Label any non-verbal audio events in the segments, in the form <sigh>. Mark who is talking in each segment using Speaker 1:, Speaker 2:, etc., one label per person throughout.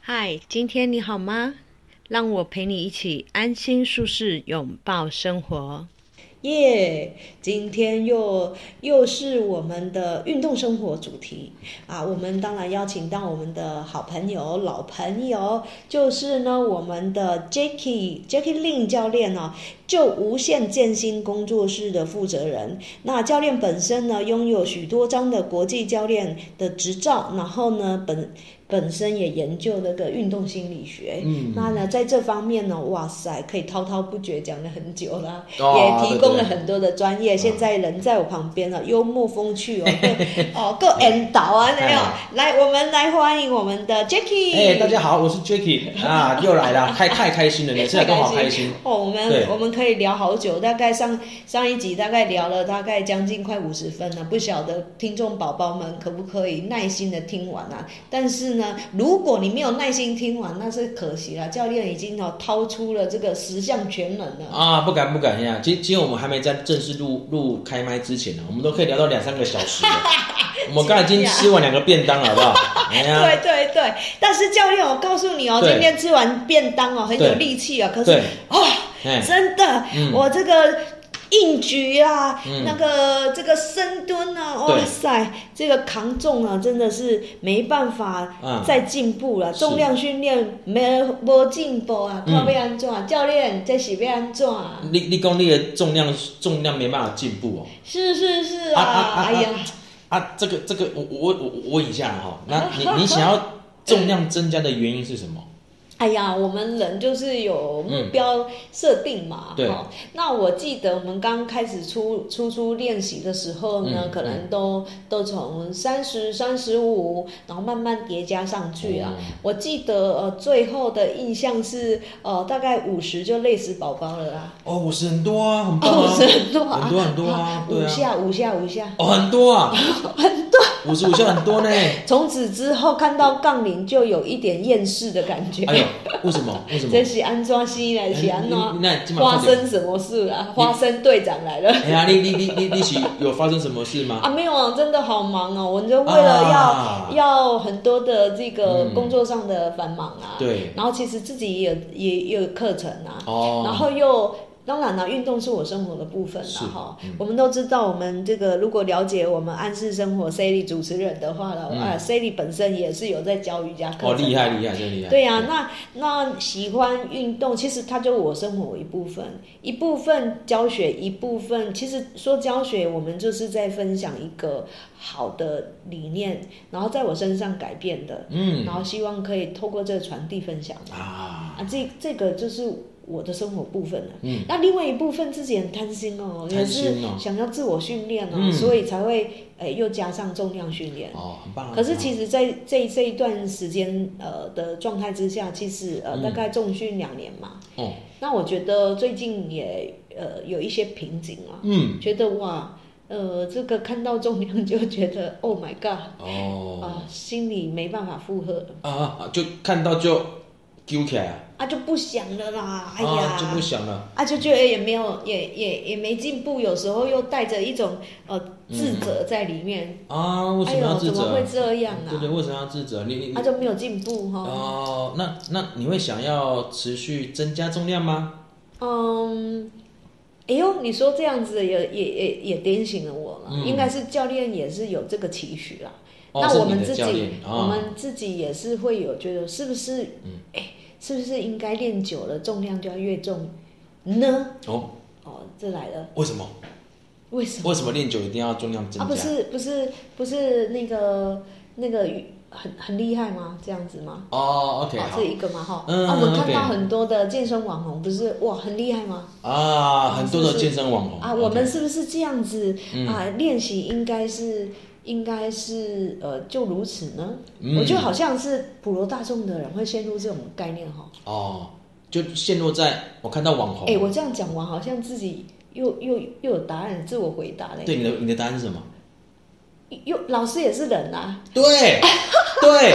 Speaker 1: 嗨，今天你好吗？让我陪你一起安心舒适拥抱生活。
Speaker 2: 耶今天又又是我们的运动生活主题啊！我们当然邀请到我们的好朋友、老朋友，就是呢我们的 Jackie Jackie Lin 教练哦，就无限健心工作室的负责人。那教练本身呢，拥有许多张的国际教练的执照，然后呢，本本身也研究那个运动心理学。
Speaker 3: 嗯
Speaker 2: 那呢，在这方面呢，哇塞，可以滔滔不绝讲了很久啦。
Speaker 3: 哦
Speaker 2: 也提供
Speaker 3: 对对
Speaker 2: 了很多的专
Speaker 3: 嗯
Speaker 2: 业。现在人在我旁边了，幽默风趣
Speaker 3: <laughs>
Speaker 2: 哦，对哦，够
Speaker 3: 嗯
Speaker 2: 引导啊，那样。来，我们来欢迎我们的 Jackie。
Speaker 3: 哎、大家好，我是 Jacky 啊，又来 <laughs> 了，太太开心了，每次来都好开心。
Speaker 2: 哦，我们
Speaker 3: 对
Speaker 2: 我们可以聊好久，大概上上一集大概聊了大概将近快五十分了，不晓得听众宝宝们可不可以耐心的听完啊？但是呢，如果你没有耐心听完，那是可惜了。教练已经哦掏出了这个十项全能了。
Speaker 3: 啊，不敢不敢呀！今今天我们还没在正式录录开麦之前呢，我们都可以聊到两三个小 <laughs> 时了。我们刚才已经吃完两个便当了，好不 <laughs> 好？哎呀，
Speaker 2: 对对对，但是教练，我告诉你哦，
Speaker 3: 对
Speaker 2: 今天吃完便当哦，很有
Speaker 3: 对
Speaker 2: 力气哦。可是
Speaker 3: 对，
Speaker 2: 哦，
Speaker 3: 哎，
Speaker 2: 真的，
Speaker 3: 嗯
Speaker 2: 我这个硬举啊，
Speaker 3: 嗯
Speaker 2: 那个这个深蹲啊，
Speaker 3: 对
Speaker 2: 哇塞，这个扛重啊，真的是没办法
Speaker 3: 嗯
Speaker 2: 再进步了。
Speaker 3: 是
Speaker 2: 重量训练没没进步啊，
Speaker 3: 嗯
Speaker 2: 靠要安怎样？教练这是要安怎样？
Speaker 3: 立立功力的重量重量没办法进步哦。
Speaker 2: 是是是
Speaker 3: 啊啊
Speaker 2: 啊，
Speaker 3: 啊
Speaker 2: 哎呀，
Speaker 3: 啊，这个这个，我我我我问一下哈、那你 <laughs> 你想要重量增加的原因是什么？
Speaker 2: 哎呀，我们人就是有目标设定嘛，
Speaker 3: 对
Speaker 2: 齁那我记得我们刚开始出初初练习的时候呢，
Speaker 3: 嗯
Speaker 2: 可能都、都从三十、三十五，然后慢慢叠加上去啊。
Speaker 3: 哦
Speaker 2: 我记得呃，最后的印象是呃，大概五十就累死宝宝了啦，
Speaker 3: 哦，五十很多啊，很棒
Speaker 2: 五
Speaker 3: 啊，
Speaker 2: 十很多啊，
Speaker 3: 很多很多啊对
Speaker 2: 五
Speaker 3: 啊
Speaker 2: 下五下五下。
Speaker 3: 哦，很多
Speaker 2: <laughs>
Speaker 3: 啊，很多，五十五下很多呢。哎
Speaker 2: 从此之后看到杠铃就有一点厌世的感觉，
Speaker 3: 哎呦，为什么？为什么？
Speaker 2: 这是安装西来是安
Speaker 3: 你
Speaker 2: 装
Speaker 3: 你。那今
Speaker 2: 花
Speaker 3: 晚快点
Speaker 2: 生什么事啊？花生队长来了。
Speaker 3: 哎呀，你你你你你起有发生什么事吗？
Speaker 2: 啊，没有啊，真的好忙哦！我就为了要、
Speaker 3: 啊
Speaker 2: 要很多的这个
Speaker 3: 嗯
Speaker 2: 工作上的繁忙啊，
Speaker 3: 对
Speaker 2: 然后其实自己也有也也有课程啊，
Speaker 3: 哦，
Speaker 2: 然后又当然了，运动是我生活的部分了
Speaker 3: 是
Speaker 2: 哈。我们都知道，我们这个如果了解我们安适生活 Sally 主持人的话了，
Speaker 3: 嗯
Speaker 2: 啊，Sally 本身也是有在教瑜伽课程、
Speaker 3: 哦，厉害。厉害，真厉害。
Speaker 2: 对呀、那那喜欢运动，其实它就我生活一部分，一部分教学，一部分其实说教学，我们就是在分享一个好的理念，然后在我身上改变的，
Speaker 3: 嗯
Speaker 2: 然后希望可以透过这个传递分享
Speaker 3: 啊，
Speaker 2: 啊，这这个就是我的生活部分了。
Speaker 3: 嗯
Speaker 2: 那另外一部分自己很贪心哦，也
Speaker 3: 贪心
Speaker 2: 是
Speaker 3: 哦
Speaker 2: 想要自我训练哦，
Speaker 3: 嗯
Speaker 2: 所以才会诶、又加上重量训练。
Speaker 3: 哦，很棒啊。
Speaker 2: 可是
Speaker 3: 实
Speaker 2: 其实在这这一段时间呃的状态之下，其实呃
Speaker 3: 嗯
Speaker 2: 大概重训两年嘛，
Speaker 3: 哦，
Speaker 2: 那我觉得最近也呃有一些瓶颈啊，
Speaker 3: 嗯
Speaker 2: 觉得哇呃这个看到重量就觉得 Oh my God 啊、
Speaker 3: 哦
Speaker 2: 心里没办法负荷了
Speaker 3: 啊啊，就看到就揪起来啊，
Speaker 2: 啊就不想了啦，哎呀、
Speaker 3: 啊就不想了。
Speaker 2: 啊，就觉得也没有，也也也没进步，有时候又带着一种呃自责在里面。
Speaker 3: 啊，嗯为什
Speaker 2: 哎
Speaker 3: 么要
Speaker 2: 呦，
Speaker 3: 自
Speaker 2: 怎么
Speaker 3: 责
Speaker 2: 会？这样
Speaker 3: 对对，
Speaker 2: 啊？
Speaker 3: 为什么要自责？你你
Speaker 2: 他、就没有进步哈、
Speaker 3: 哦，那那你会想要持续增加重量吗？
Speaker 2: 嗯，哎呦，你说这样子也也也也点醒了我了，
Speaker 3: 嗯
Speaker 2: 应该是教练也是有这个期许啦。
Speaker 3: 哦
Speaker 2: 那
Speaker 3: 是
Speaker 2: 我
Speaker 3: 你
Speaker 2: 们
Speaker 3: 的
Speaker 2: 自己，
Speaker 3: 教练啊嗯
Speaker 2: 我们自己也是会有觉得是不是，哎、是不是应该练久了重量就要越重呢？
Speaker 3: 哦，
Speaker 2: 哦，这来了，
Speaker 3: 为什么？
Speaker 2: 为什么？
Speaker 3: 为什么练酒一定要重量增加？
Speaker 2: 啊，不是不是不是那个那个很很厉害吗？这样子吗？
Speaker 3: 哦，OK，
Speaker 2: 啊，
Speaker 3: 好
Speaker 2: 这一个嘛哈。
Speaker 3: 嗯
Speaker 2: 啊，我们看
Speaker 3: OK
Speaker 2: 到很多的健身网红，不是哇，很厉害吗？
Speaker 3: 啊，很多
Speaker 2: 是
Speaker 3: 的
Speaker 2: 不是
Speaker 3: 健身网红
Speaker 2: 啊，
Speaker 3: ，OK
Speaker 2: 我们是不是这样子
Speaker 3: 嗯
Speaker 2: 啊？练习应该是应该是呃，就如此呢？
Speaker 3: 嗯
Speaker 2: 我觉得好像是普罗大众的人会陷入这种概念哈。
Speaker 3: 哦，就陷落在我看到网红，
Speaker 2: 哎，我这样讲完，好像自己又又又有答案，自我回答嘞。
Speaker 3: 对你的你的答案是什么？
Speaker 2: 又老师也是人啊，
Speaker 3: 对对，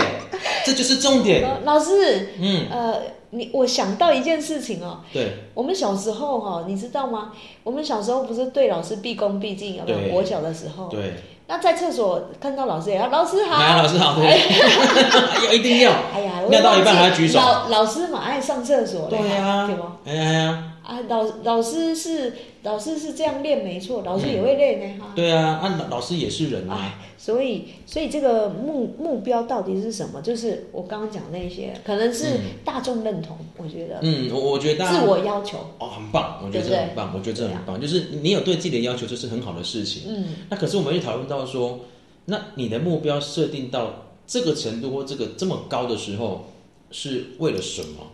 Speaker 3: 这就是重点。
Speaker 2: 呃老师，
Speaker 3: 嗯，
Speaker 2: 呃，你我想到一件事情哦，
Speaker 3: 对
Speaker 2: 我们小时候哈、哦，你知道吗？我们小时候不是对老师毕恭毕敬，有没
Speaker 3: 对
Speaker 2: 有？国小的时候，
Speaker 3: 对，
Speaker 2: 那在厕所看到老师也要老师
Speaker 3: 来啊，
Speaker 2: 哦好，
Speaker 3: 老师好，对， <laughs> 要一定要，
Speaker 2: 哎呀，我
Speaker 3: 那到
Speaker 2: 忘
Speaker 3: 一半
Speaker 2: 记
Speaker 3: 还要举手
Speaker 2: 老老师嘛爱上厕所的嘛，
Speaker 3: 对呀
Speaker 2: 对吗？，
Speaker 3: 哎呀哎呀，
Speaker 2: 啊，老老师是老师是这样练没错，老师也会练呢哈。
Speaker 3: 对啊，啊老老师也是人啊，
Speaker 2: 哎，所以所以这个目目标到底是什么？就是我刚刚讲那些，可能是
Speaker 3: 嗯
Speaker 2: 大众认同，我觉得
Speaker 3: 嗯，我我觉得大家
Speaker 2: 自我要求，
Speaker 3: 哦很棒，我觉得
Speaker 2: 对不
Speaker 3: 这
Speaker 2: 对啊
Speaker 3: 很棒，我觉得这很棒，就是你有对自己的要求，这是很好的事情。
Speaker 2: 嗯，
Speaker 3: 那可是我们也讨论到说，那你的目标设定到这个程度或这个这么高的时候，是为了什么？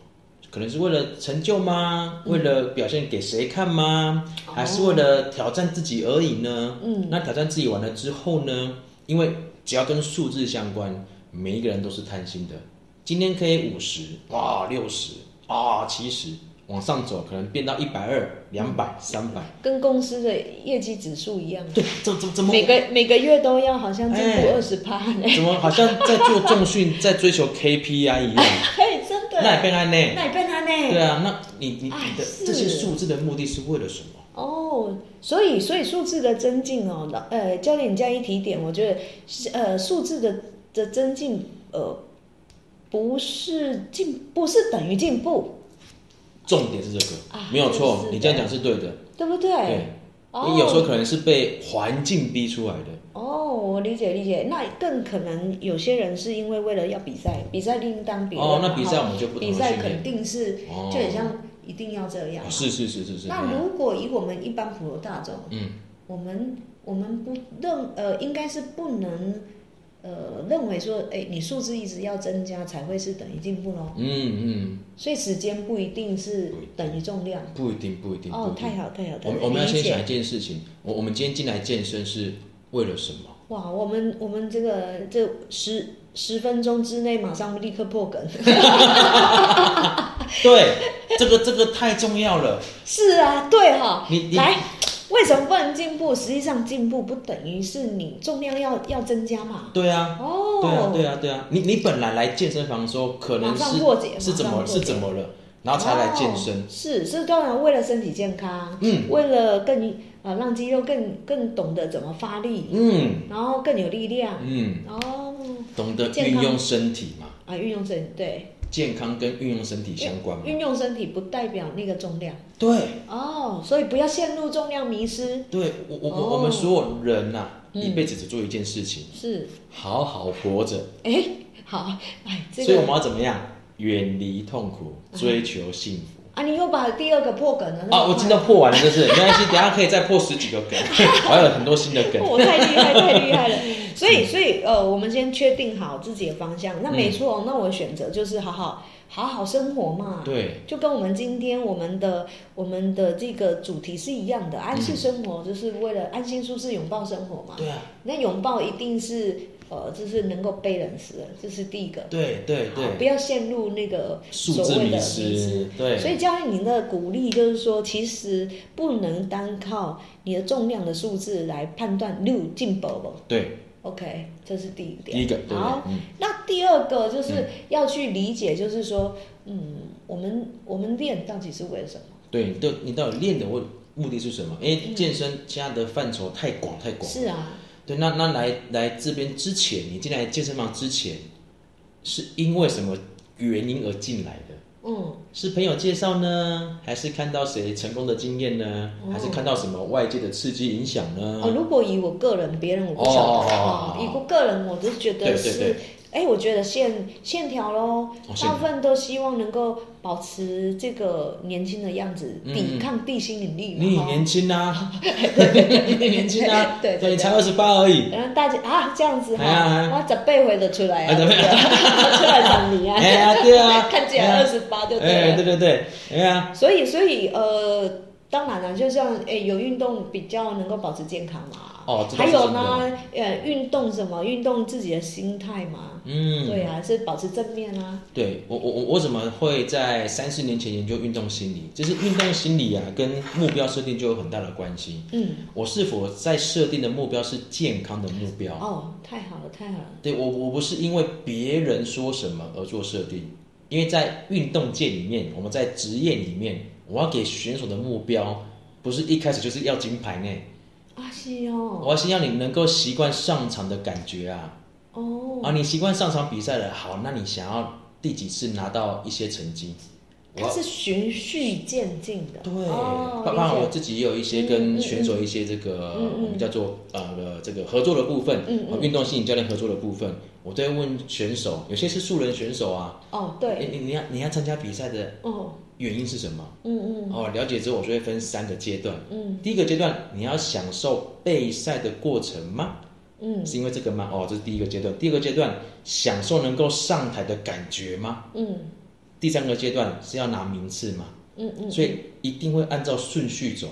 Speaker 3: 可能是为了成就吗？为
Speaker 2: 嗯
Speaker 3: 了表现给谁看吗？还是为了挑战自己而已呢？
Speaker 2: 哦嗯，
Speaker 3: 那挑战自己完了之后呢？因为只要跟数字相关，每一个人都是贪心的。今天可以五十，哇，六十，啊，七十，往上走，可能变到一百二、两百、三百。
Speaker 2: 跟公司的业绩指数一样，
Speaker 3: 对，怎怎怎么
Speaker 2: 每个每个月都要好像进步
Speaker 3: 哎
Speaker 2: 二十趴呢， <laughs>
Speaker 3: 怎么好像在做重 <laughs> 训，在追求 KPI 一样？
Speaker 2: 嘿，哎真的，
Speaker 3: 那也变安呢？
Speaker 2: 那也变他呢，
Speaker 3: 对啊，那你你
Speaker 2: 哎
Speaker 3: 你的
Speaker 2: 是
Speaker 3: 这些数字的目的是为了什么？
Speaker 2: 哦，所以所以数字的增进哦，老呃，教练你这样一提点，我觉得是呃数字的的增进呃不是进不是等于进步，
Speaker 3: 重点是这个
Speaker 2: 啊，
Speaker 3: 没有
Speaker 2: 是
Speaker 3: 错
Speaker 2: 的，
Speaker 3: 你这样讲是对的。
Speaker 2: 对不对？
Speaker 3: 对，
Speaker 2: 哦，
Speaker 3: 你有时候可能是被环境逼出来的，
Speaker 2: 哦，我理解理解，那更可能有些人是因为为了要比赛，比赛另当别论嘛。
Speaker 3: 哦那比赛我们就不
Speaker 2: 比
Speaker 3: 同的
Speaker 2: 赛
Speaker 3: 训练
Speaker 2: 肯定是
Speaker 3: 哦
Speaker 2: 就很像一定要这样嘛。啊
Speaker 3: 是是是是是。
Speaker 2: 那如果以我们一般普罗大众，
Speaker 3: 嗯，
Speaker 2: 我们我们不认呃，应该是不能呃认为说，哎，你数字一直要增加才会是等于进步喽。
Speaker 3: 嗯
Speaker 2: 所以时间不一定是
Speaker 3: 不一定
Speaker 2: 等于重量
Speaker 3: 嗯，。不一定不一定。
Speaker 2: 哦，
Speaker 3: 不一定
Speaker 2: 太好太好太好，
Speaker 3: 我们我们要
Speaker 2: 理
Speaker 3: 先想一
Speaker 2: 解。
Speaker 3: 件事情，我我们今天进来健身是为了
Speaker 2: <laughs>
Speaker 3: 什么？
Speaker 2: 哇，我们我们这个这十十分钟之内马上立刻破梗。 <laughs>
Speaker 3: 对，这个这个太重要了。
Speaker 2: 是啊，对哈、
Speaker 3: 你你
Speaker 2: 来。为什么不能进步？实际上，进步不等于是你重量要要增加嘛？
Speaker 3: 对啊，
Speaker 2: 哦，
Speaker 3: 对啊，对啊，对啊，你你本来来健身房的时候，可能
Speaker 2: 马上
Speaker 3: 是
Speaker 2: 破解
Speaker 3: 是
Speaker 2: 马
Speaker 3: 怎
Speaker 2: 上
Speaker 3: 么
Speaker 2: 破
Speaker 3: 是
Speaker 2: 解
Speaker 3: 怎么了，然后才来健身。
Speaker 2: 哦是是当然为了身体健康，
Speaker 3: 嗯
Speaker 2: 为了更啊、呃让肌肉更更懂得怎么发力，
Speaker 3: 嗯
Speaker 2: 然后更有力量，
Speaker 3: 嗯，
Speaker 2: 哦
Speaker 3: 懂得
Speaker 2: 健
Speaker 3: 运
Speaker 2: 康
Speaker 3: 用身体嘛，
Speaker 2: 啊运用身对
Speaker 3: 健康跟运用身体相关嘛。
Speaker 2: 运用身体不代表那个重量
Speaker 3: 对
Speaker 2: 哦，所以不要陷入重量迷失，
Speaker 3: 对，我我
Speaker 2: 哦
Speaker 3: 我我们所有人呐、
Speaker 2: 嗯
Speaker 3: 一辈子只做一件事情，
Speaker 2: 是
Speaker 3: 好好活着。
Speaker 2: 哎好哎这
Speaker 3: 所以我们
Speaker 2: 个
Speaker 3: 要怎么样？远离痛苦，追求幸福。
Speaker 2: 啊你又把第二个破梗了那
Speaker 3: 啊，
Speaker 2: 么
Speaker 3: 我今天破完了，这是没关系，等一下可以再破十几个梗，还有很多新的梗。
Speaker 2: 哦我太厉害，太厉
Speaker 3: <laughs>
Speaker 2: 害了！所以，所以，呃，我们先确定好自己的方向。那
Speaker 3: 嗯
Speaker 2: 没错，那我选择就是好好好好生活嘛。
Speaker 3: 对，
Speaker 2: 就跟我们今天我们的我们的这个主题是一样的，安适生活就是为了安心舒适拥抱生活嘛。
Speaker 3: 嗯对啊，
Speaker 2: 那拥抱一定是呃，就是能够 balance，的这是第一个。
Speaker 3: 对对
Speaker 2: 好不
Speaker 3: 对，
Speaker 2: 要陷入那个
Speaker 3: 数
Speaker 2: 所
Speaker 3: 字
Speaker 2: 谓
Speaker 3: 迷
Speaker 2: 的
Speaker 3: 失，对。
Speaker 2: 所以教练您的鼓励就是说，其实不能单靠你的重量的数字来判断六进步不。
Speaker 3: 对，
Speaker 2: OK，这是第一点。
Speaker 3: 第一个，对不对
Speaker 2: 好，？
Speaker 3: 嗯，
Speaker 2: 那第二个就是要去理解，就是说，嗯，我们我们练到底是为了什么？
Speaker 3: 对，你对你到底练的目目的是什么？因为健身现在的范畴太广太广。
Speaker 2: 嗯是啊，
Speaker 3: 对，那那来来这边之前，你进来健身房之前，是因为什么原因而进来的？
Speaker 2: 嗯，
Speaker 3: 是朋友介绍呢，还是看到谁成功的经验呢？
Speaker 2: 哦
Speaker 3: 还是看到什么外界的刺激影响呢？
Speaker 2: 哦，如果以我个人，别人我不晓得
Speaker 3: 嗯哦
Speaker 2: 哦，以我个人，我就是觉
Speaker 3: 对
Speaker 2: 得
Speaker 3: 对
Speaker 2: 是
Speaker 3: 对。哦
Speaker 2: 哎，我觉得线线条咯，
Speaker 3: 线条
Speaker 2: 大部分都希望能够保持这个年轻的样子，
Speaker 3: 嗯
Speaker 2: 抵抗地心引力嘛。
Speaker 3: 你
Speaker 2: 哈
Speaker 3: 很年轻啊，你很年轻啊，
Speaker 2: 对对对
Speaker 3: 你才二十八而已。
Speaker 2: 然后大家啊，这样子哈、
Speaker 3: 哎呀哎呀
Speaker 2: 我十八回就出来
Speaker 3: 哎
Speaker 2: 啊，
Speaker 3: 怎
Speaker 2: 对
Speaker 3: 么
Speaker 2: 不
Speaker 3: 样
Speaker 2: 对？ <laughs> 出来等你啊，
Speaker 3: 哎呀，对啊，
Speaker 2: <laughs> 看起
Speaker 3: 哎
Speaker 2: 来
Speaker 3: 呀
Speaker 2: 二十八就对
Speaker 3: 哎，
Speaker 2: 了。
Speaker 3: 对对对，哎呀，
Speaker 2: 所以，所以呃，当然了、就像诶、有运动比较能够保持健康嘛。
Speaker 3: 哦这倒
Speaker 2: 还
Speaker 3: 是
Speaker 2: 有
Speaker 3: 真的
Speaker 2: 呢，呃，运动什么？运动自己的心态嘛。
Speaker 3: 嗯，
Speaker 2: 对啊，是保持正面啊。
Speaker 3: 对我我我我怎么会在三四年前研究运动心理？就是运动心理啊，跟目标设定就有很大的关系。
Speaker 2: 嗯，
Speaker 3: 我是否在设定的目标是健康的目标？
Speaker 2: 哦，太好了，太好了。
Speaker 3: 对我我不是因为别人说什么而做设定，因为在运动界里面，我们在职业里面，我要给选手的目标不是一开始就是要金牌呢，
Speaker 2: 啊，是哦，
Speaker 3: 我要先要你能够习惯上场的感觉啊，
Speaker 2: 哦，
Speaker 3: 啊，你习惯上场比赛了，好，那你想要第几次拿到一些成绩？我要
Speaker 2: 它是循序渐进的。
Speaker 3: 对，
Speaker 2: 哦，
Speaker 3: 包括我
Speaker 2: 理解。
Speaker 3: 自己也有一些
Speaker 2: 嗯嗯
Speaker 3: 跟
Speaker 2: 嗯
Speaker 3: 选手一些这个、
Speaker 2: 嗯嗯
Speaker 3: 我们叫做呃这个合作的部分，
Speaker 2: 嗯嗯
Speaker 3: 运动心理教练合作的部分，我都会问选手，有些是素人选手啊，
Speaker 2: 哦，对，
Speaker 3: 你你你要你要参加比赛的
Speaker 2: 哦，
Speaker 3: 原因是什么？
Speaker 2: 嗯嗯
Speaker 3: 哦，了解之后我就会分三个阶段。
Speaker 2: 嗯
Speaker 3: 第一个阶段，你要享受备赛的过程吗？
Speaker 2: 嗯
Speaker 3: 是因为这个吗？哦，这是第一个阶段。第二个阶段，享受能够上台的感觉吗？
Speaker 2: 嗯
Speaker 3: 第三个阶段是要拿名次吗？
Speaker 2: 嗯嗯，
Speaker 3: 所以一定会按照顺序走，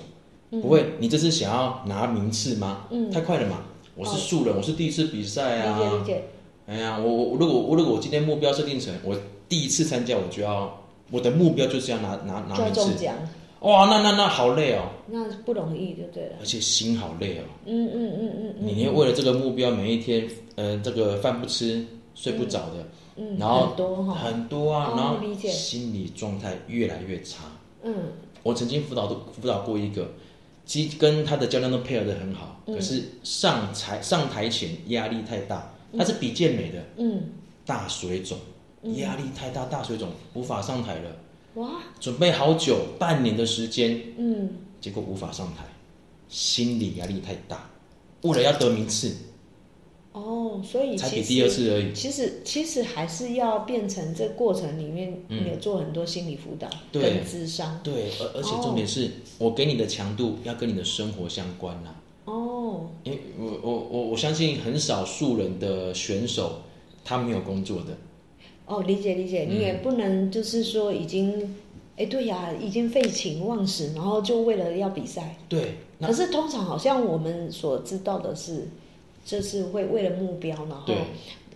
Speaker 3: 不会，你这是想要拿名次吗？
Speaker 2: 嗯哦
Speaker 3: 太快了嘛！我是素人，我是第一次比赛
Speaker 2: 理解理
Speaker 3: 啊。
Speaker 2: 解。
Speaker 3: 哎呀，我我如果我如果我今天目标设定成我第一次参加，我就要我的目标就是要拿拿拿
Speaker 2: 就
Speaker 3: 名
Speaker 2: 中
Speaker 3: 次。
Speaker 2: 奖，
Speaker 3: 哇，那那那好累哦，
Speaker 2: 那不容易就对了。
Speaker 3: 而且心好累哦。
Speaker 2: 嗯嗯嗯嗯嗯，
Speaker 3: 你为了这个目标，每一天呃这个饭不吃睡不着的，
Speaker 2: 嗯，
Speaker 3: 然后
Speaker 2: 很多哈，
Speaker 3: 很多啊，
Speaker 2: 哦
Speaker 3: 然后
Speaker 2: 理解
Speaker 3: 心理状态越来越差。
Speaker 2: 嗯
Speaker 3: 我曾经辅导辅导过一个，其实跟他的教练都配合的很好，
Speaker 2: 嗯
Speaker 3: 可是上台上台前压力太大，他是比健美的、
Speaker 2: 嗯，
Speaker 3: 大水肿，压力太大，大水肿无法上台了，
Speaker 2: 哇，
Speaker 3: 准备好久半年的时间，
Speaker 2: 嗯，
Speaker 3: 结果无法上台，心理压力太大，为了要得名次，
Speaker 2: 哦，所以
Speaker 3: 才
Speaker 2: 其
Speaker 3: 比
Speaker 2: 实
Speaker 3: 第二次而已。
Speaker 2: 其实其实还是要变成这过程里面，
Speaker 3: 嗯
Speaker 2: 你有做很多心理辅导
Speaker 3: 对
Speaker 2: 跟智商
Speaker 3: 对，而而且
Speaker 2: 哦
Speaker 3: 重点是、我给你的强度要跟你的生活相关啦、
Speaker 2: 哦，
Speaker 3: 因为我我我我相信很少数人的选手，他没有工作的，
Speaker 2: 哦，理解理
Speaker 3: 嗯
Speaker 2: 解，你也不能就是说已经，哎，对呀，已经废寝忘食，然后就为了要比赛。
Speaker 3: 对，那
Speaker 2: 可是通常好像我们所知道的是，就是会为了目标，然后
Speaker 3: 对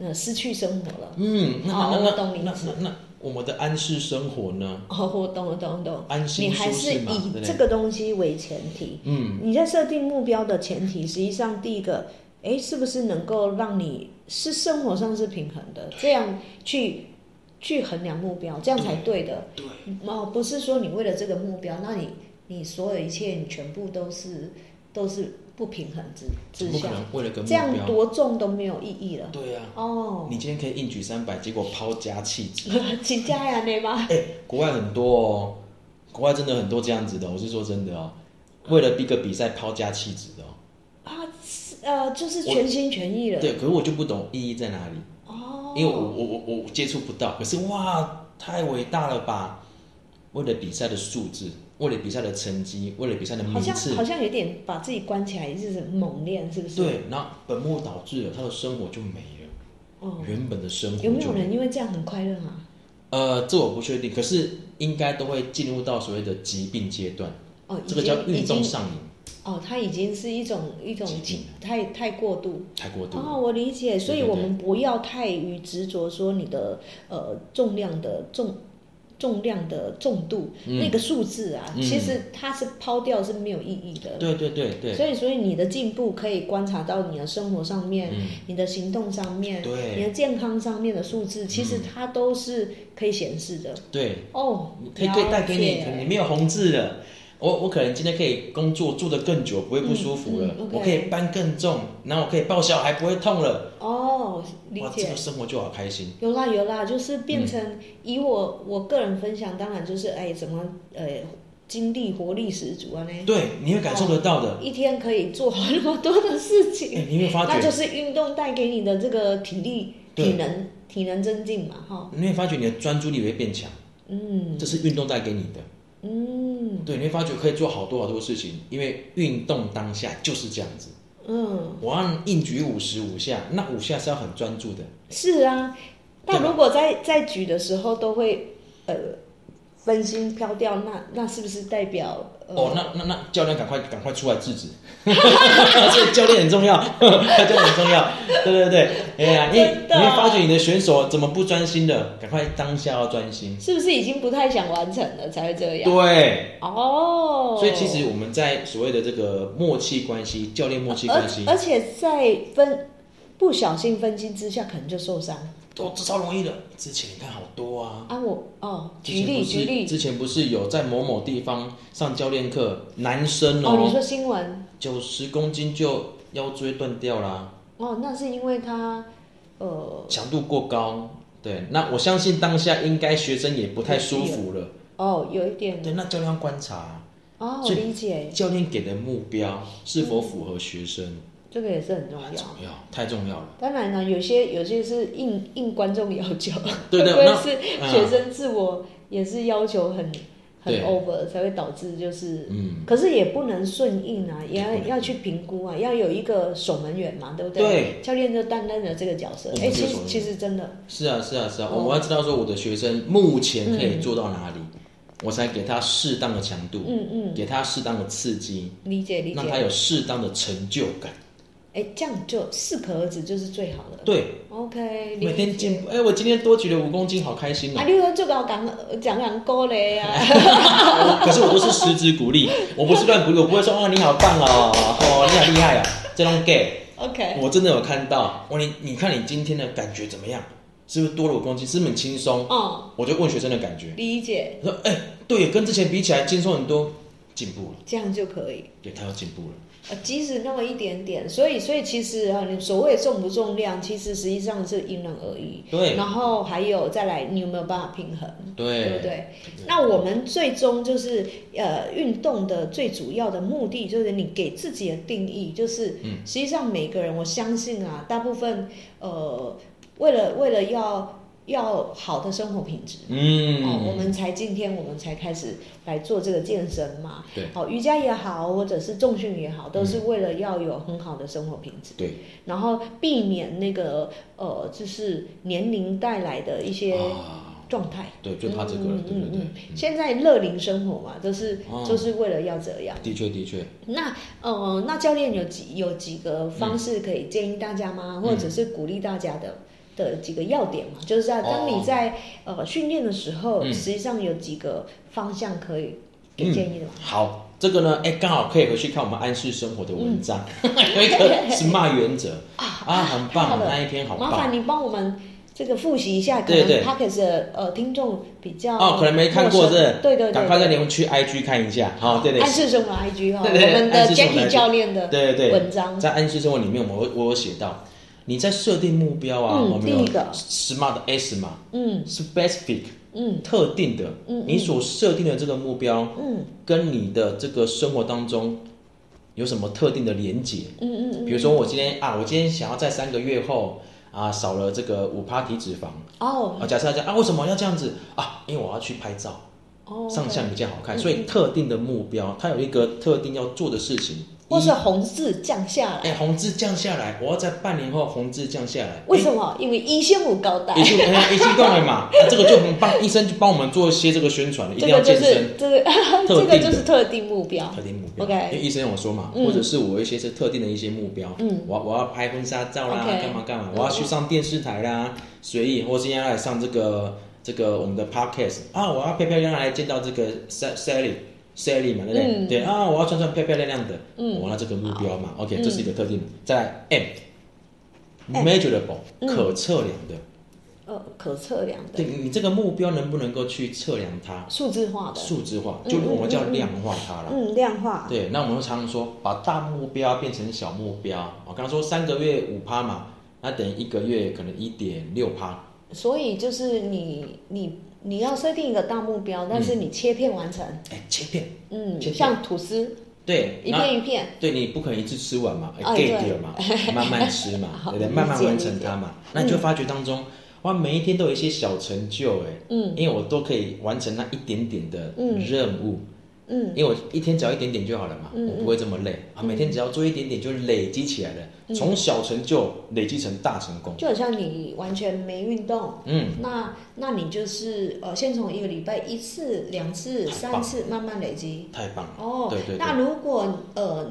Speaker 2: 呃失去生活了。
Speaker 3: 嗯，那
Speaker 2: 哦
Speaker 3: 那
Speaker 2: 我懂
Speaker 3: 那
Speaker 2: 你
Speaker 3: 那
Speaker 2: 意思
Speaker 3: 那那我们的安适生活呢？
Speaker 2: 哦，我懂，我懂，我懂。
Speaker 3: 安
Speaker 2: 你
Speaker 3: 心
Speaker 2: 还
Speaker 3: 舒
Speaker 2: 是
Speaker 3: 适嘛，对
Speaker 2: 以
Speaker 3: 不
Speaker 2: 这
Speaker 3: 对？
Speaker 2: 个东西为前提。
Speaker 3: 嗯，
Speaker 2: 你在设定目标的前提，实际上第一个，哎，是不是能够让你是生活上是平衡的，这样去去衡量目标，这样才对的。
Speaker 3: 对，
Speaker 2: 哦，不是说你为了这个目标，那你你所有一切你全部都是都是不平衡之
Speaker 3: 怎
Speaker 2: 之
Speaker 3: 么可
Speaker 2: 下，
Speaker 3: 能为了个目
Speaker 2: 这样
Speaker 3: 标？
Speaker 2: 多重都没有意义了。
Speaker 3: 对呀，
Speaker 2: 哦， <laughs>
Speaker 3: 你今天可以硬举三百，结果抛家弃子。
Speaker 2: 请假呀，你吗？
Speaker 3: 哎，国外很多哦，国外真的很多这样子的，我是说真的哦，为了一个比赛抛家弃子的哦。
Speaker 2: 啊，是呃，就是全心全意了。
Speaker 3: 对，可是我就不懂意义在哪里。
Speaker 2: 哦，
Speaker 3: 因为我我我我接触不到，可是哇，太伟大了吧！为了比赛的数字，为了比赛的成绩，为了比赛的
Speaker 2: 好
Speaker 3: 名
Speaker 2: 像
Speaker 3: 次
Speaker 2: 好，像有点把自己关起来，就是猛练，是不是？，
Speaker 3: 对，然后本末倒置了，他的生活就没了，
Speaker 2: 哦，
Speaker 3: 原本的生活
Speaker 2: 有没
Speaker 3: 就
Speaker 2: 有人因为这样很快乐啊？
Speaker 3: 呃，这我不确定，可是应该都会进入到所谓的疾病阶段，
Speaker 2: 哦，已
Speaker 3: 这
Speaker 2: 经
Speaker 3: 个叫运
Speaker 2: 已
Speaker 3: 动
Speaker 2: 经
Speaker 3: 上瘾
Speaker 2: 哦，它已经是一种一种
Speaker 3: 疾病
Speaker 2: 太太过度。
Speaker 3: 太过度了。
Speaker 2: 哦，我理解，所以
Speaker 3: 对对
Speaker 2: 我们不要太于执着说你的呃重量的重重量的重度、
Speaker 3: 嗯
Speaker 2: 那个数字啊，
Speaker 3: 嗯
Speaker 2: 其实它是抛掉是没有意义的。
Speaker 3: 对对对对，
Speaker 2: 所以，所以你的进步可以观察到你的生活上面、
Speaker 3: 嗯
Speaker 2: 你的行动上面、
Speaker 3: 对
Speaker 2: 你的健康上面的数字，其实它都是可以显示的。
Speaker 3: 对，
Speaker 2: 哦，
Speaker 3: 可以可以带给你，可能你没有红字了。我我可能今天可以工作做得更久，不会不舒服了。
Speaker 2: 嗯嗯，OK
Speaker 3: 我可以搬更重，然后我可以抱小孩不会痛了。
Speaker 2: 哦，理
Speaker 3: 哇，这嗯
Speaker 2: 解
Speaker 3: 个。生活就好开心。
Speaker 2: 有啦有啦，就是变成以我、我个人分享，当然就是哎怎么呃精力活力十足啊呢，
Speaker 3: 对，你会感受得到的。
Speaker 2: 一天可以做好那么多的事
Speaker 3: 哎、
Speaker 2: 情，
Speaker 3: <laughs> 你会发
Speaker 2: 那就
Speaker 3: 觉，
Speaker 2: 是运动带给你的这个体力、
Speaker 3: 对
Speaker 2: 体能、体能增进嘛，哈，
Speaker 3: 你会发觉你的专注力会变强，
Speaker 2: 嗯
Speaker 3: 这是运动带给你的。
Speaker 2: 嗯
Speaker 3: 对，你会发觉可以做好多好多事情，因为运动当下就是这样子。
Speaker 2: 嗯，
Speaker 3: 我按硬举五十五下，那五下是要很专注的。
Speaker 2: 是啊。
Speaker 3: 对吧
Speaker 2: 那如果在在举的时候都会呃分心飘掉，那那是不是代表？呃、
Speaker 3: 哦，那那那教练赶快赶快出来制止， <laughs> 所以教练很重要， <laughs> 教练很重要，对对对，哎呀，你
Speaker 2: 真的
Speaker 3: 你会发觉你的选手怎么不专心的，赶快当下要专心，
Speaker 2: 是不是已经不太想完成了才会这样？
Speaker 3: 对，
Speaker 2: 啊哦，
Speaker 3: 所以其实我们在所谓的这个默契关系，教练默契
Speaker 2: 而
Speaker 3: 关系，
Speaker 2: 而且在分不小心分心之下，可能就受伤
Speaker 3: 哦，这超容易的，之前你看好多啊，
Speaker 2: 啊！我哦，
Speaker 3: 之
Speaker 2: 举
Speaker 3: 前
Speaker 2: 例
Speaker 3: 不是
Speaker 2: 举例，
Speaker 3: 之前不是有在某某地方上教练课，男生
Speaker 2: 哦，你
Speaker 3: 哦，
Speaker 2: 说新闻
Speaker 3: 九十、公斤就腰椎断掉啦，
Speaker 2: 哦，那是因为他呃
Speaker 3: 强度过高。对，那我相信当下应该学生也不太舒服了。
Speaker 2: 哦有一点
Speaker 3: 对，那教练要观察
Speaker 2: 哦，我
Speaker 3: 所以
Speaker 2: 理解，
Speaker 3: 教练给的目标是否符合学生，
Speaker 2: 这个也是很重
Speaker 3: 很
Speaker 2: 要
Speaker 3: 重。要，太重要了。
Speaker 2: 当然了，有些有些是应应观众要求，
Speaker 3: 对
Speaker 2: <laughs>
Speaker 3: 对
Speaker 2: 会不
Speaker 3: 那
Speaker 2: 会是
Speaker 3: 嗯
Speaker 2: 学生自我也是要求很很
Speaker 3: 对
Speaker 2: over，才会导致就是，
Speaker 3: 嗯，
Speaker 2: 可是也不能顺应啊，也要
Speaker 3: 也不能
Speaker 2: 要去评估啊，要有一个守门员嘛，对不
Speaker 3: 对
Speaker 2: 教练就担任了这个角色
Speaker 3: 我，们
Speaker 2: 哎，
Speaker 3: 就
Speaker 2: 其
Speaker 3: 守
Speaker 2: 实
Speaker 3: 门员
Speaker 2: 其实真的
Speaker 3: 是啊，是啊，是啊，
Speaker 2: 哦
Speaker 3: 我要知道说我的学生目前可以做到哪里，我才给他适当的强度，
Speaker 2: 嗯嗯
Speaker 3: 给他适当的刺激，
Speaker 2: 理解理
Speaker 3: 让他
Speaker 2: 解，
Speaker 3: 有适当的成就感。
Speaker 2: 哎，这样就适可而止就是最好的。
Speaker 3: 对，
Speaker 2: OK，理解
Speaker 3: 每天进步。哎、我今天多举了五公斤，好开心哦
Speaker 2: 啊，！你说这个讲讲讲高嘞啊， <laughs>
Speaker 3: 我 <laughs> 可是我都是实质鼓励，我不是乱鼓励，我不会说啊你好棒哦，哦你好厉害哦，这种 gay，
Speaker 2: ，OK，
Speaker 3: 我真的有看到。哇，你你看你今天的感觉怎么样？是不是多了五公斤？是不是很轻松？
Speaker 2: 哦，
Speaker 3: 我就问学生的感觉，
Speaker 2: 理解，
Speaker 3: 我说哎、对，跟之前比起来轻松很多，进步了，
Speaker 2: 这样就可以。
Speaker 3: 对，他要进步了。
Speaker 2: 呃，即使那么一点点，所以所以其实啊，你所谓重不重量，其实实际上是因人而异。
Speaker 3: 对
Speaker 2: 然后还有再来，你有没有办法平衡，对不
Speaker 3: 对，
Speaker 2: 对？那我们最终就是呃，运动的最主要的目的就是你给自己的定义，就是
Speaker 3: 嗯
Speaker 2: 实际上每个人，我相信啊，大部分呃，为了为了要要好的生活品质，
Speaker 3: 嗯，
Speaker 2: 哦，我们才今天我们才开始来做这个健身嘛。
Speaker 3: 对
Speaker 2: 好、瑜伽也好，或者是重训也好，都是为了要有很好的生活品质，
Speaker 3: 对，
Speaker 2: 然后避免那个呃，就是年龄带来的一些
Speaker 3: 啊，
Speaker 2: 状态。
Speaker 3: 对，最怕这个
Speaker 2: 嗯
Speaker 3: 了，对对对，
Speaker 2: 现在乐龄生活嘛，就是、
Speaker 3: 哦
Speaker 2: 就是为了要这样。
Speaker 3: 的确的确，
Speaker 2: 那呃，那教练有几有几个方式可以建议大家吗？
Speaker 3: 嗯
Speaker 2: 或者是鼓励大家的的几个要点嘛？就是在当你
Speaker 3: 哦
Speaker 2: 在、呃训练的时候，
Speaker 3: 嗯
Speaker 2: 实际上有几个方向可以给
Speaker 3: 嗯
Speaker 2: 建议的嘛？
Speaker 3: 好，这个呢，哎，刚好可以回去看我们安适生活的文章， <laughs> 有一个 SMART 原则
Speaker 2: <laughs>
Speaker 3: 啊，很
Speaker 2: 嗯太好
Speaker 3: 棒，
Speaker 2: 了
Speaker 3: 那一篇好
Speaker 2: 麻
Speaker 3: 棒
Speaker 2: 烦。你帮我们这个复习一下，可
Speaker 3: 对
Speaker 2: 能
Speaker 3: 对
Speaker 2: p o d c a s 的呃听众比较
Speaker 3: 哦，可能没看过
Speaker 2: 陌
Speaker 3: 这，
Speaker 2: 生对对对，
Speaker 3: 赶快在你们去 IG 看一下，好，对对
Speaker 2: 暗示生活 IG 哈，我
Speaker 3: 对对对
Speaker 2: 们的
Speaker 3: 暗示生活
Speaker 2: Jackie
Speaker 3: IG
Speaker 2: 教练的
Speaker 3: 对对对，
Speaker 2: 文章
Speaker 3: 在安适生活里面，我有我有写到，你在设定目标啊，
Speaker 2: 嗯
Speaker 3: 我们
Speaker 2: 第
Speaker 3: 有
Speaker 2: 一个
Speaker 3: SMART 的 S 嘛
Speaker 2: 嗯
Speaker 3: ，specific
Speaker 2: 嗯
Speaker 3: 特定的，
Speaker 2: 嗯嗯
Speaker 3: 你所设定的这个目标
Speaker 2: 嗯
Speaker 3: 跟你的这个生活当中有什么特定的连结？
Speaker 2: 嗯嗯嗯，
Speaker 3: 比如说我今天啊，我今天想要在三个月后啊少了这个五趴体脂肪
Speaker 2: 哦
Speaker 3: 啊，假设这样啊，为什么要这样子啊？因为我要去拍照，
Speaker 2: 哦，
Speaker 3: 上相比较好看，
Speaker 2: 嗯
Speaker 3: 所以特定的目标，它有一个特定要做的事情。
Speaker 2: 或是
Speaker 3: 一
Speaker 2: 红字降下来。
Speaker 3: 哎，红字降下来，我要在半年后红字降下来。
Speaker 2: 为什么？因为一线五高带
Speaker 3: 哎？已，经哎已经够了嘛、啊这个就很棒，医生就帮我们做一些这个宣传，一
Speaker 2: 这
Speaker 3: 定
Speaker 2: 个
Speaker 3: 要
Speaker 2: 就
Speaker 3: 健身。
Speaker 2: 是这个 <laughs> 这
Speaker 3: 特定
Speaker 2: 个
Speaker 3: 的
Speaker 2: 就是特定目标
Speaker 3: 特。定目标
Speaker 2: OK
Speaker 3: 因为医生有说嘛，
Speaker 2: 嗯
Speaker 3: 或者是我一些是特定的一些目标，
Speaker 2: 嗯
Speaker 3: 我要我要拍婚纱照啦
Speaker 2: OK 嗯
Speaker 3: 干嘛干嘛，我要去上电视台啦，随意，或是要来上这个这个我们的 podcast 啊，我要漂漂亮亮来见到这个 Sa- Sally Sally 嘛，对不对？
Speaker 2: 嗯
Speaker 3: 对啊，我要穿穿漂漂亮亮的，
Speaker 2: 嗯
Speaker 3: 我要这个目标嘛，OK，
Speaker 2: 嗯
Speaker 3: 这是一个特定。再来 M measurable
Speaker 2: 嗯
Speaker 3: 可测量的，
Speaker 2: 呃，可测量的
Speaker 3: 对你这个目标能不能够去测量它，
Speaker 2: 数字化的，
Speaker 3: 数字化，
Speaker 2: 嗯
Speaker 3: 就我们叫
Speaker 2: 嗯嗯嗯
Speaker 3: 量化它啦。
Speaker 2: 嗯，量化，
Speaker 3: 对，那我们常常说把大目标变成小目标。我刚刚说三个月五趴嘛，那等于一个月可能一点六趴。
Speaker 2: 所以就是你你你要设定一个大目标，但是你切片完成，
Speaker 3: 哎，切片，
Speaker 2: 嗯，
Speaker 3: 嗯切片
Speaker 2: 像吐司
Speaker 3: 对，
Speaker 2: 一
Speaker 3: 那
Speaker 2: 片一片，
Speaker 3: 对你不可能一次吃完嘛，
Speaker 2: 哎
Speaker 3: 哎 get 掉
Speaker 2: <laughs>
Speaker 3: 嘛，慢慢吃嘛，对不对？
Speaker 2: 理解嗯
Speaker 3: 慢慢完成它嘛。那你就发觉当中，哇，每一天都有一些小成就哎，
Speaker 2: 嗯
Speaker 3: 因为我都可以完成那一点点的
Speaker 2: 嗯
Speaker 3: 任务。
Speaker 2: 嗯
Speaker 3: 因为我一天只要一点点就好了嘛，
Speaker 2: 嗯
Speaker 3: 我不会这么累啊。每天只要做一点点就累积起来
Speaker 2: 嗯
Speaker 3: 了，从小成就累积成大成功。
Speaker 2: 就好像你完全没运动，
Speaker 3: 嗯，
Speaker 2: 那那你就是呃，先从一个礼拜一次、两次、
Speaker 3: 太
Speaker 2: 三
Speaker 3: 棒
Speaker 2: 次慢慢累积。
Speaker 3: 太棒了。
Speaker 2: 哦，
Speaker 3: 对对对
Speaker 2: 那如果呃，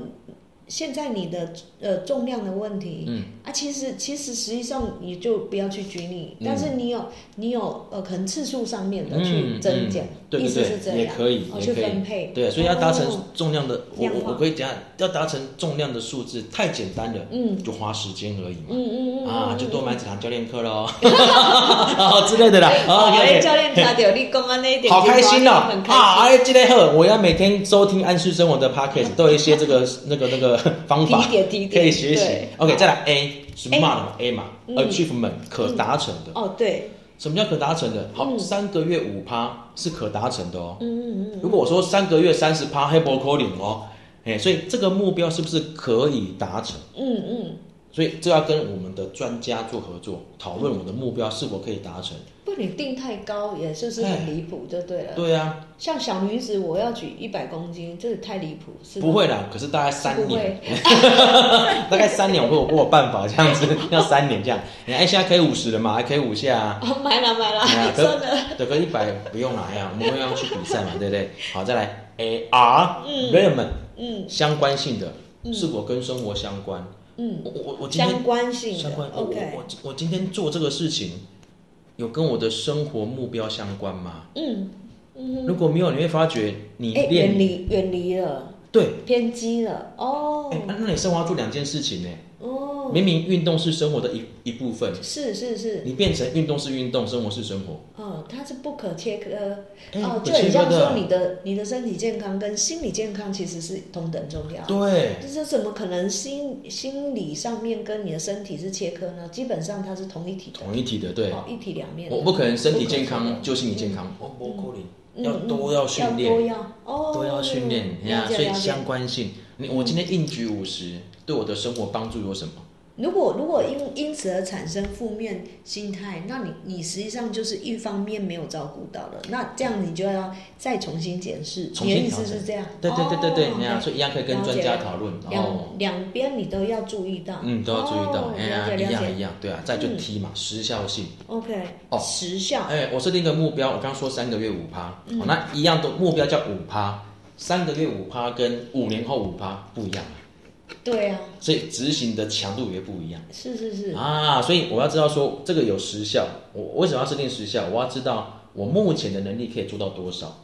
Speaker 2: 现在你的呃重量的问题，
Speaker 3: 嗯，
Speaker 2: 啊，其实其实实际上你就不要去拘泥，
Speaker 3: 嗯
Speaker 2: 但是你有你有呃，可能次数上面的去
Speaker 3: 嗯，
Speaker 2: 增减，
Speaker 3: 嗯对
Speaker 2: 意
Speaker 3: 对
Speaker 2: 思是这
Speaker 3: 对，也
Speaker 2: 样，
Speaker 3: 可以，
Speaker 2: 哦，
Speaker 3: 也
Speaker 2: 去
Speaker 3: 可以。
Speaker 2: 分配，
Speaker 3: 对，所以要达成
Speaker 2: 哦
Speaker 3: 重量的，我
Speaker 2: 量化
Speaker 3: 我我可以讲，要达成重量的数字太简单了，
Speaker 2: 嗯
Speaker 3: 就花时间而已
Speaker 2: 嗯
Speaker 3: 嘛。
Speaker 2: 嗯嗯嗯
Speaker 3: 啊，
Speaker 2: 嗯
Speaker 3: 就
Speaker 2: 嗯
Speaker 3: 多买几堂教练课
Speaker 2: <laughs>
Speaker 3: 喽，啊之类的啦。
Speaker 2: 哦，哎，
Speaker 3: OK
Speaker 2: 教练他有立功啊那一点，
Speaker 3: 好开心哦！
Speaker 2: 很开
Speaker 3: 啊！
Speaker 2: 心。
Speaker 3: 哎，今天好，我要每天收听安适生活的 podcast，都有一些这个那个那个方法
Speaker 2: 提点提点
Speaker 3: 啊可以学习
Speaker 2: 对。
Speaker 3: OK，再来 A 是 m a r A 嘛
Speaker 2: 嗯
Speaker 3: ，achievement 可达成的。
Speaker 2: 哦，对，
Speaker 3: 什么叫可达成的？好，
Speaker 2: 嗯
Speaker 3: 三个月五趴是可达成的哦。
Speaker 2: 嗯嗯嗯，
Speaker 3: 如果我说三个月三十趴，黑波扣零哦，哎，所以这个目标是不是可以达成？
Speaker 2: 嗯嗯，
Speaker 3: 所以这要跟我们的专家做合作，讨论我的目标是否可以达成。
Speaker 2: 不，你定太高也就是
Speaker 3: 哎
Speaker 2: 很离谱，就对了。
Speaker 3: 对啊，
Speaker 2: 像小女子，我要举一百公斤，这也太离谱，是吗
Speaker 3: 不会啦，可是大概
Speaker 2: 不
Speaker 3: 三年，
Speaker 2: 会，
Speaker 3: <laughs> 大概三年我会我我有办法这样子，要三年这样。你看哎，现在可以五十了嘛，还可以五下啊。
Speaker 2: 哦，买了买
Speaker 3: 哎呀
Speaker 2: 了，
Speaker 3: 可
Speaker 2: 真的，
Speaker 3: 对，可一百不用拿呀，我们要去比赛嘛，对不对？好，再来 A R relevant
Speaker 2: 嗯
Speaker 3: 相关性的，是否跟生活相关？
Speaker 2: 嗯，
Speaker 3: 我我我今天
Speaker 2: 相关性的
Speaker 3: 相关。我
Speaker 2: o
Speaker 3: 我
Speaker 2: k
Speaker 3: 我我今天做这个事情，有跟我的生活目标相关吗？
Speaker 2: 嗯嗯，
Speaker 3: 如果没有，你会发觉你
Speaker 2: 哎，远
Speaker 3: 练
Speaker 2: 离远离了，
Speaker 3: 对，
Speaker 2: 偏激了，哦
Speaker 3: 哎，那那你生活要做两件事情呢。
Speaker 2: 哦，
Speaker 3: 明明运动是生活的一一部分，
Speaker 2: 是是是，
Speaker 3: 你变成运动是运动，生活是生活。
Speaker 2: 哦，它是不可切割，
Speaker 3: 哎
Speaker 2: 哦，
Speaker 3: 不
Speaker 2: 就
Speaker 3: 切
Speaker 2: 很
Speaker 3: 割
Speaker 2: 像说
Speaker 3: 的
Speaker 2: 你的你的身体健康跟心理健康其实是同等重要。
Speaker 3: 对，
Speaker 2: 就是怎么可能心心理上面跟你的身体是切割呢？基本上它是同一体的，
Speaker 3: 同一体的，对。
Speaker 2: 哦，一体两面的。
Speaker 3: 我不可能身体健
Speaker 2: 不可能
Speaker 3: 康就心理健康，我不可
Speaker 2: 嗯
Speaker 3: 能，要多要训
Speaker 2: 要多
Speaker 3: 练，
Speaker 2: 要哦，
Speaker 3: 都要训练，
Speaker 2: 了
Speaker 3: 呀，
Speaker 2: 解
Speaker 3: 所以
Speaker 2: 了解嗯
Speaker 3: 相关性。你我今天硬举五十，对我的生活帮助有什么？
Speaker 2: 如果如果因因此而产生负面心态，那你你实际上就是一方面没有照顾到了，那这样你就要再重新检视。
Speaker 3: 重
Speaker 2: 你的
Speaker 3: 新
Speaker 2: 意
Speaker 3: 调
Speaker 2: 思
Speaker 3: 整
Speaker 2: 是这样？
Speaker 3: 对对对对对，
Speaker 2: 哦
Speaker 3: 那样，所以一样可以跟专家讨论，然后
Speaker 2: 两两边你都要注意到，
Speaker 3: 嗯都要注意到
Speaker 2: 哦，
Speaker 3: 哎
Speaker 2: 了
Speaker 3: 呀
Speaker 2: 解嗯
Speaker 3: 一
Speaker 2: 了
Speaker 3: 样
Speaker 2: 解
Speaker 3: 一样，对啊，再就 T 嘛，时效性。
Speaker 2: ，OK，
Speaker 3: 哦
Speaker 2: 时效，
Speaker 3: 哎，我设定一个目标，我刚说三个月五趴，
Speaker 2: 嗯
Speaker 3: 哦，那一样的目标叫五趴，三个月五趴跟五年后五趴不一样，
Speaker 2: 对啊，
Speaker 3: 所以执行的强度也不一样。
Speaker 2: 是是是，
Speaker 3: 啊，所以我要知道说这个有时效，我我为什么要设定时效？我要知道我目前的能力可以做到多少，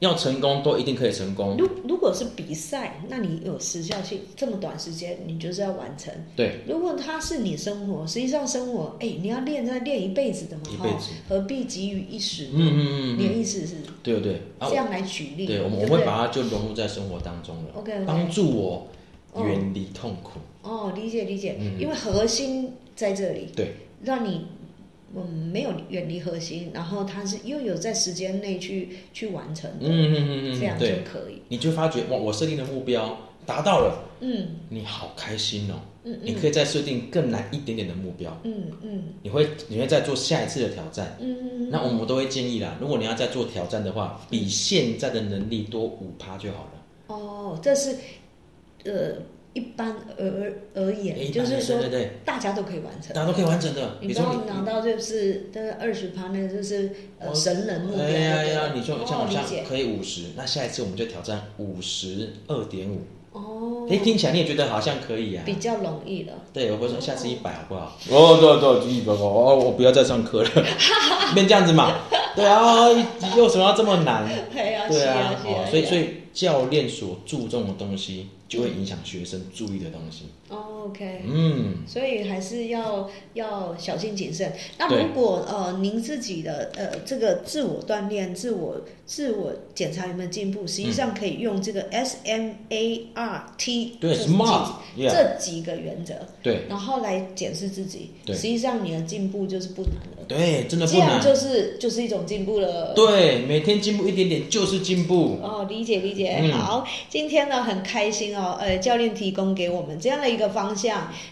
Speaker 3: 要成功都一定可以成功。
Speaker 2: 如如果是比赛，那你有时效性，这么短时间你就是要完成。
Speaker 3: 对，
Speaker 2: 如果它是你生活，实际上生活，哎、你要练，再练一辈子的嘛，
Speaker 3: 一
Speaker 2: 哈
Speaker 3: 辈子
Speaker 2: 何必急于一时呢？
Speaker 3: 嗯嗯嗯
Speaker 2: 你的意思是
Speaker 3: 对对对，啊
Speaker 2: 这，样来举例？
Speaker 3: 对，我们我
Speaker 2: 对不
Speaker 3: 会
Speaker 2: 对
Speaker 3: 把它就融入在生活当中了
Speaker 2: OK，OK
Speaker 3: 帮助我
Speaker 2: 哦
Speaker 3: 远离痛苦。
Speaker 2: 哦，理解理解，
Speaker 3: 嗯
Speaker 2: 因为核心在这里，
Speaker 3: 对，
Speaker 2: 让你嗯没有远离核心，然后它是又有在时间内去去完成的，
Speaker 3: 嗯嗯嗯
Speaker 2: 这样
Speaker 3: 嗯，
Speaker 2: 就
Speaker 3: 对，
Speaker 2: 可以。
Speaker 3: 你就发觉哇，我设定的目标达到了，
Speaker 2: 嗯
Speaker 3: 你好开心哦。
Speaker 2: 嗯
Speaker 3: 你
Speaker 2: 嗯
Speaker 3: 可以再设定更难一点点的目标，
Speaker 2: 嗯嗯
Speaker 3: 你会你会再做下一次的挑战。
Speaker 2: 嗯，
Speaker 3: 那我们都会建议啦，如果你要再做挑战的话，比现在的能力多五趴就好了。
Speaker 2: 哦，这是呃一般而而言，
Speaker 3: 诶
Speaker 2: 就是说
Speaker 3: 对对对，
Speaker 2: 大家都可以完成。
Speaker 3: 大家都可以完成的。
Speaker 2: 你
Speaker 3: 比
Speaker 2: 不
Speaker 3: 如
Speaker 2: 要
Speaker 3: 说你
Speaker 2: 拿到就是这二十趴，那就是呃
Speaker 3: 我
Speaker 2: 神人目标。
Speaker 3: 哎呀
Speaker 2: 对不对
Speaker 3: 呀，你说像
Speaker 2: 哦
Speaker 3: 我
Speaker 2: 理
Speaker 3: 像
Speaker 2: 解
Speaker 3: 可以五十，那下一次我们就挑战五十二点五。
Speaker 2: 哦，
Speaker 3: 哎，听起来你也觉得好像可以啊。
Speaker 2: 比较容易了。
Speaker 3: 对，我会说下次一百好不好？哦，对对，就一百哦，我不要再
Speaker 2: <laughs>
Speaker 3: 上课了，变这样子嘛。对啊，为什么要这么难？
Speaker 2: 对 <laughs> 啊，
Speaker 3: 对
Speaker 2: 是
Speaker 3: 啊，
Speaker 2: 是
Speaker 3: 哦，所以所以教练所注重的东西，就会影响学生注意的东西。
Speaker 2: 哦 OK，
Speaker 3: 嗯。
Speaker 2: 所以还是要要小心谨慎。那
Speaker 3: 对
Speaker 2: 如果呃您自己的呃这个自我锻炼、自我自我检查有没有进步，实际上可以用这个 S M A R T
Speaker 3: 嗯对，smart，yeah
Speaker 2: 这几个原则，
Speaker 3: 对
Speaker 2: 然后来检视自己，
Speaker 3: 对
Speaker 2: 实际上你的进步就是不难了。
Speaker 3: 对，真的
Speaker 2: 这
Speaker 3: 不难
Speaker 2: 样。就是就是一种进步了。
Speaker 3: 对，每天进步一点点就是进步。
Speaker 2: 哦，理解理解，
Speaker 3: 嗯
Speaker 2: 好，今天呢很开心哦，呃，教练提供给我们这样的一个方向。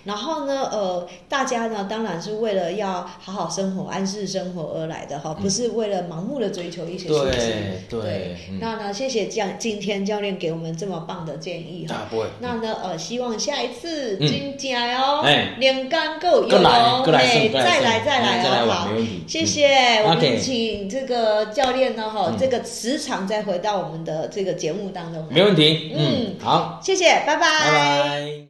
Speaker 2: 然后呢，呃，大家呢当然是为了要好好生活、安适生活而来的哈，不是为了盲目的追求一些数字。
Speaker 3: 嗯
Speaker 2: 对
Speaker 3: 对对，嗯
Speaker 2: 那呢，谢谢教今天教练给我们这么棒的建议哈。
Speaker 3: 啊不会，
Speaker 2: 那呢，呃，希望下一次
Speaker 3: 嗯
Speaker 2: 真假哦
Speaker 3: 哎，
Speaker 2: 连杆够有
Speaker 3: 过来
Speaker 2: 哦，
Speaker 3: 过来送，
Speaker 2: 哎
Speaker 3: 过
Speaker 2: 再来
Speaker 3: 送
Speaker 2: 再来
Speaker 3: 再来
Speaker 2: 哦，
Speaker 3: 玩，
Speaker 2: 好
Speaker 3: 没。问题。
Speaker 2: 谢
Speaker 3: 嗯
Speaker 2: 谢，我们
Speaker 3: OK
Speaker 2: 请这个教练呢，哈，
Speaker 3: 嗯
Speaker 2: 这个磁场再回到我们的这个节目当中。
Speaker 3: 没问题，
Speaker 2: 嗯
Speaker 3: 嗯，好，
Speaker 2: 谢谢，拜
Speaker 3: 拜拜。